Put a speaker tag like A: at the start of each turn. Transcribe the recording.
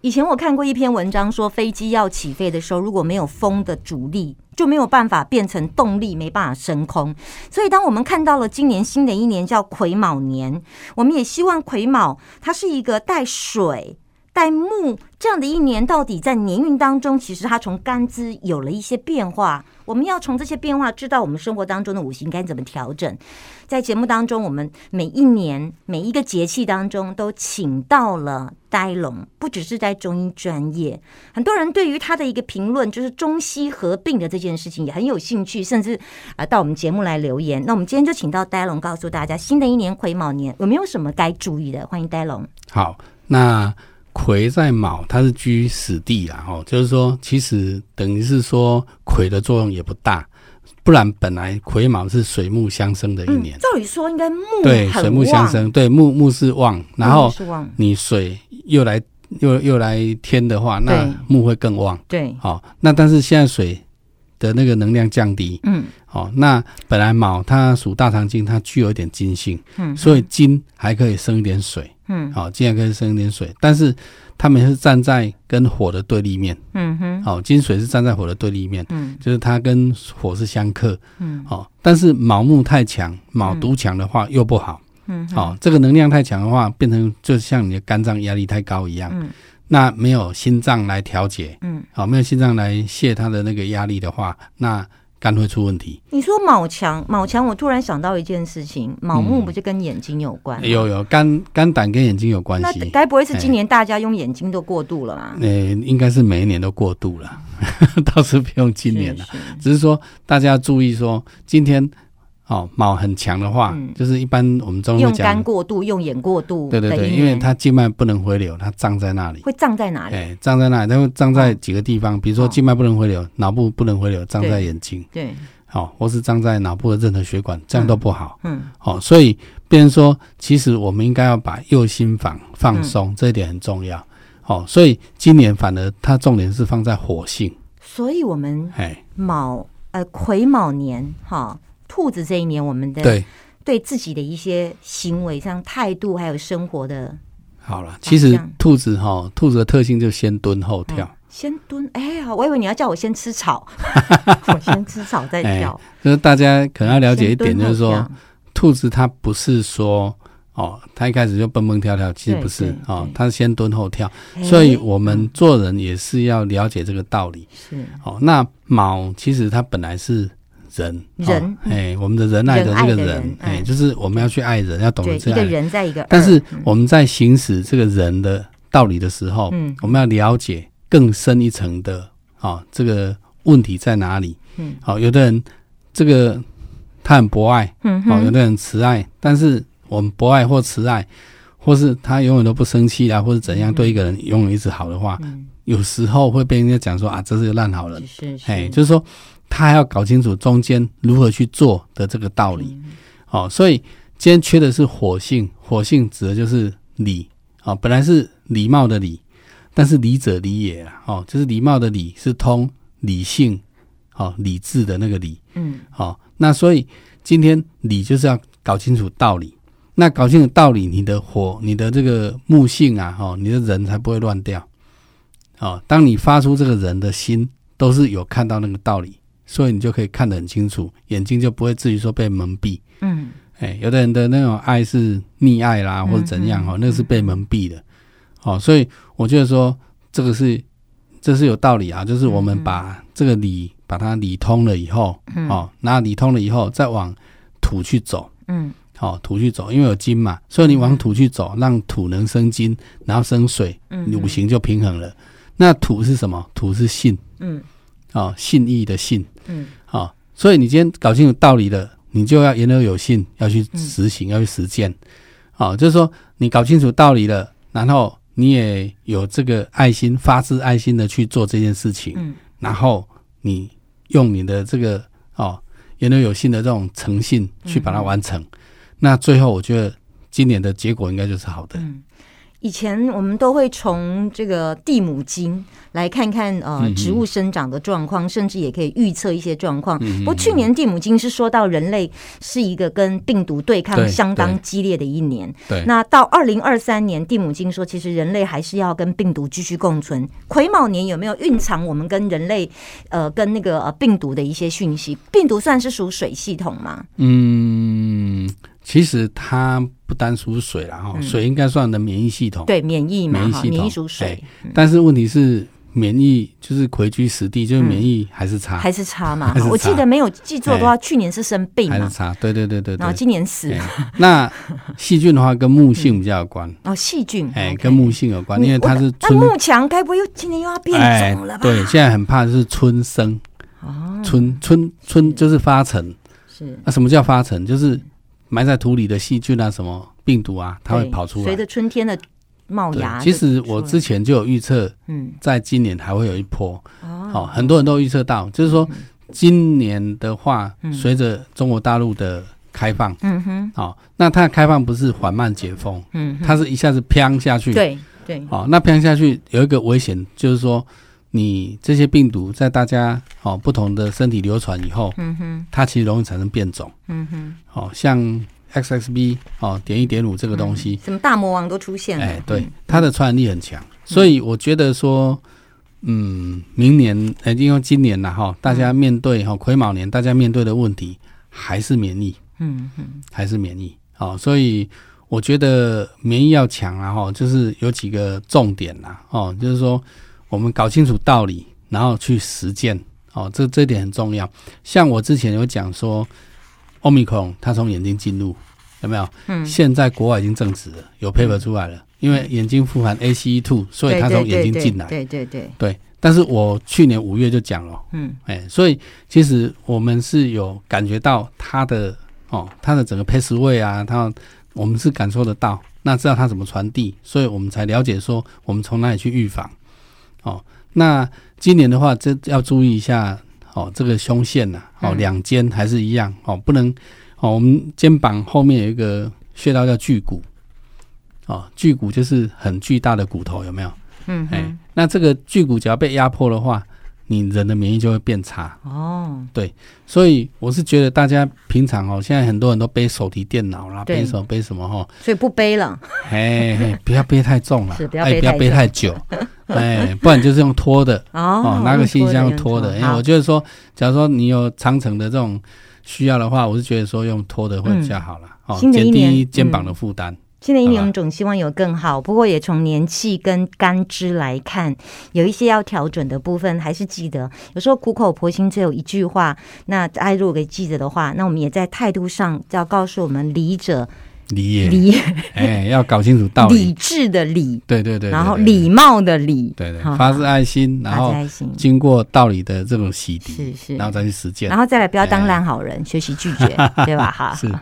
A: 以前我看过一篇文章，说飞机要起飞的时候，如果没有风的阻力，就没有办法变成动力，没办法升空。所以，当我们看到了今年新的一年叫癸卯年，我们也希望癸卯它是一个带水、带木这样的一年，到底在年运当中，其实它从干支有了一些变化。我们要从这些变化知道我们生活当中的五行该怎么调整。在节目当中，我们每一年每一个节气当中都请到了呆龙，不只是在中医专业，很多人对于他的一个评论，就是中西合并的这件事情也很有兴趣，甚至啊到我们节目来留言。那我们今天就请到呆龙，告诉大家新的一年癸卯年有没有什么该注意的？欢迎呆龙。
B: 好，那癸在卯，它是居死地啦，哦，就是说，其实等于是说癸的作用也不大，不然本来癸卯是水木相生的一
A: 嗯
B: 年，，
A: 照理说应该木
B: 对，
A: 很
B: 水木相
A: 旺，嗯
B: 生，对，木木是旺，然
A: 木
B: 后
A: 是旺
B: 你水又来又又来添的话，那
A: 对
B: 木会更旺，
A: 对，
B: 好、那但是现在水的那个能量降低，
A: 嗯
B: 哦，那本来卯它属大肠经，它具有一点金性，
A: 嗯
B: 所以金还可以生一点水，
A: 嗯
B: 好、金还可以生一点水，但是他们是站在跟火的对立面，
A: 嗯哼
B: 好、金水是站在火的对立面，
A: 嗯
B: 就是它跟火是相克，
A: 嗯，
B: 好、但是卯木太强，卯独强的话又不好，
A: 嗯
B: 好、这个能量太强的话，变成就像你的肝脏压力太高一样，
A: 嗯
B: 那没有心脏来调节，
A: 嗯，
B: 好、没有心脏来泄它的那个压力的话，那肝会出问题。
A: 你说卯强，卯强，我突然想到一件事情，
B: 嗯
A: 卯木不就跟眼睛有关吗？
B: 有有肝肝胆跟眼睛有关
A: 那
B: 系，哎
A: 该不会是今年大家用眼睛都过度了吗？
B: 呃，应该是每一年都过度了， 倒是不用今年了。啊
A: 是是
B: 只是说大家要注意说，今天哦卯很强的话，
A: 嗯
B: 就是一般我们中医
A: 用
B: 会
A: 肝
B: 讲，
A: 过度，用眼过度
B: 对对
A: 的
B: 对，
A: 一
B: 因为
A: 年
B: 它静脉不能回流，它胀在那里，
A: 会胀在哪里？
B: 哎，胀在那里，它会胀在几个地方，比如说
A: 啊哦
B: 静脉不能回流，脑部不能回流，胀在眼睛，
A: 对，
B: 哦，或是胀在脑部的任何血管，这样都不好。
A: 嗯
B: 哦，所以变成说，其实我们应该要把右心房放
A: 嗯
B: 松，这一点很重要。哦，所以今年反而它重点是放在火性，
A: 所以我们
B: 哎，
A: 卯呃癸卯年哈，兔子这一年，我们的
B: 对，
A: 对自己的一些行为上态度，还有生活的
B: 好了。其实
A: 像
B: 兔子哈、兔子的特性就先蹲后跳，
A: 先蹲，哎好，我以为你要叫我先吃 草，我先吃草再跳。
B: 就是大家哎可能要了解一点，
A: 先
B: 就
A: 蹲
B: 是
A: 后
B: 说
A: 跳，
B: 兔子它不是说哦，它一开始就蹦蹦跳跳，其实
A: 对
B: 不是
A: 对
B: 哦
A: 对，
B: 它是先蹲后跳。
A: 哎
B: 所以我们做人也是要了解这个道理。
A: 哎是
B: 哦，那卯其实它本来是人，
A: 人
B: 哦哎、我们的仁爱的那
A: 仁爱的
B: 个人
A: 人，
B: 哎、
A: 嗯
B: 就是我们要去爱人，要懂
A: 对
B: 得
A: 一
B: 去
A: 个
B: 爱。
A: 人嗯在一个二，
B: 但是我们在行使这个人的道理的时候，
A: 嗯
B: 我们要了解更深一层的，哦，这个问题在哪里？
A: 嗯，
B: 好、有的人这个他很博爱，
A: 嗯
B: 哦，有
A: 哼，
B: 的人慈爱，但是我们博爱或慈爱，或是他永远都不生气啊，或者怎样，对一个人永远一直好的话，
A: 嗯，
B: 有时候会被人家讲说啊，这是个烂好人。
A: 是是，
B: 哎，就是说他还要搞清楚中间如何去做的这个道理。哦，所以今天缺的是火性，火性指的就是礼。哦，本来是礼貌的礼，但是礼者礼也啊。哦，就是礼貌的礼是通理性，哦，理智的那个理。
A: 嗯
B: 哦，那所以今天理就是要搞清楚道理。那搞清楚道理，你的火，你的这个木性啊，哦，你的人才不会乱掉。哦，当你发出这个人的心，都是有看到那个道理，所以你就可以看得很清楚，眼睛就不会至于说被蒙蔽。
A: 嗯，
B: 哎，有的人的那种爱是溺爱啦，或者怎样
A: 嗯
B: 哦，那是被蒙蔽的。哦，所以我觉得说这个是这是有道理啊，就是我
A: 嗯
B: 们把这个理把它理通了以后，哦，那理通了以后再往土去走。
A: 嗯，
B: 哦，土去走，因为有金嘛，所以你往土去走，让土能生金，然后生水，
A: 嗯
B: 你五行就平衡了。那土是什么？土是信，
A: 嗯
B: 哦，信义的信，
A: 嗯，
B: 哦，所以你今天搞清楚道理了，你就要言而有信，要去
A: 嗯
B: 实行，要去实践，哦，就是说你搞清楚道理了，然后你也有这个爱心，发自爱心的去做这件事情，
A: 嗯
B: 然后你用你的这个哦言而有信的这种诚
A: 嗯
B: 信去把它完成，那最后我觉得今年的结果应该就是好的，
A: 嗯，以前我们都会从这个地母经来看看呃
B: 嗯哼
A: 植物生长的状况，甚至也可以预测一些状况。
B: 嗯
A: 不过去年地母经是说到人类是一个跟病毒对抗
B: 对
A: 相当
B: 对
A: 激烈的一年。
B: 对，
A: 那到二零二三年，地母经说，其实人类还是要跟病毒继续共存。癸卯年有没有蕴藏我们跟人类呃跟那个呃病毒的一些讯息？病毒算是属水系统吗？
B: 嗯，其实它不单属水啦，哈、
A: 嗯
B: 水应该算我们的免疫系统，
A: 对，免疫嘛，
B: 哦免疫
A: 哈
B: 系统
A: 免疫属水嗯
B: 哎，但是问题是免疫就是回居实地，就是免疫还是差，
A: 嗯还是差嘛
B: 啊还是？差
A: 我记得没有记错的话，去年是生病
B: 还是
A: 嘛，
B: 差，对对对对
A: 啊然
B: 对
A: 后。今年死了。
B: 哎那细菌的话跟木性比较有关，
A: 哦，细菌，
B: 哎、
A: OK
B: 跟木性有关，
A: 嗯
B: 因为它是
A: 那
B: 春，
A: 慕强该不会又今年又要变
B: 哎
A: 种了，吧？
B: 对，现在很怕是春生，
A: 哦，
B: 春春春就是发陈。
A: 是
B: 那、什么叫发陈？就是埋在土里的细菌啊，什么病毒啊，它会跑出
A: 对随。
B: 来
A: 着春天的冒
B: 对
A: 芽就哦
B: 其
A: 出来了。
B: 实我之前就有预测，
A: 嗯
B: 在今年还会有一波。
A: 哦
B: 好、很多人都预测到，就是说今年的话
A: 嗯，
B: 随着中国大陆的开放，
A: 嗯哼
B: 哦，那它的开放不是缓慢解封，
A: 嗯哼，
B: 它是一下子砰下去。，
A: 对对
B: 哦，那偏下去有一个危险，就是说你这些病毒在大家哦不同的身体流传以后，
A: 嗯哼，
B: 它其实容易产生变种。
A: 嗯哼，
B: 哦，像 XXB 哦点一点五这个东西，
A: 什么大魔王都出现了，嗯
B: 哎，对，它的传染力很强，所以我觉得说。嗯，明年，哎，因为今年了哈，大
A: 嗯
B: 家面对哈癸卯年，大家面对的问题还是免疫，
A: 嗯嗯
B: 还是免疫。好、所以我觉得免疫要强啊，哈，就是有几个重点啦、哦，就是说我们搞清楚道理，然后去实践，哦，这这点很重要。像我之前有讲说，奥密克戎它从眼睛进入，有没有？
A: 嗯
B: 现在国外已经证实了，有 paper 出来了，因为眼睛富含 ACE2，所以它从眼睛进来。
A: 对对对，
B: 对，但是我去年五月就讲了，
A: 嗯
B: 哎，所以其实我们是有感觉到它的哦，它的整个配食位啊，它我们是感受得到，那知道它怎么传递，所以我们才了解说我们从哪里去预防。哦，那今年的话，这要注意一下哦，这个胸线呐、哦，
A: 嗯
B: 两肩还是一样哦，不能哦，我们肩膀后面有一个穴道叫距骨。哦，距骨就是很巨大的骨头，有没有？
A: 嗯
B: 哎、
A: 哼，
B: 那这个距骨只要被压迫的话，你人的免疫就会变差。
A: 哦，
B: 所以我是觉得大家平常哦，现在很多人都背手提电脑啦，
A: 对
B: 背手背什么哈，
A: 所以不背了，
B: 哎，嘿不要背太重了
A: 是，不要
B: 哎，
A: 背
B: 不要
A: 太
B: 背
A: 重
B: 太久，哎，不然就是用拖的
A: 哦
B: 哦，，拿个行李箱
A: 用
B: 拖的。因为
A: 好
B: 我觉得说，假如说你有长程的这种需要的话，我是觉得说用拖的会比较好啦，哦，
A: 嗯新的一
B: 减
A: 年
B: 低肩
A: 嗯
B: 膀的负担。
A: 新的一年，
B: 好吧
A: 我们总希望有更好，不过也从年纪跟干支来看，有一些要调整的部分，还是记得有时候苦口婆心只有一句话。那爱如果给记得的话，那我们也在态度上要告诉我们理者
B: 理也，
A: 理
B: 哎，要搞清楚道
A: 理
B: 理。
A: 智的理，
B: 对对对，对
A: 然后
B: 对
A: 礼貌的礼，
B: 对对
A: 好
B: 发自爱心，然
A: 发自
B: 后
A: 爱心，
B: 经过道理的这种洗涤，
A: 是是
B: 然后再去实践哎
A: 然。后再来不要当烂好人，学习拒绝，对吧？哈，
B: 是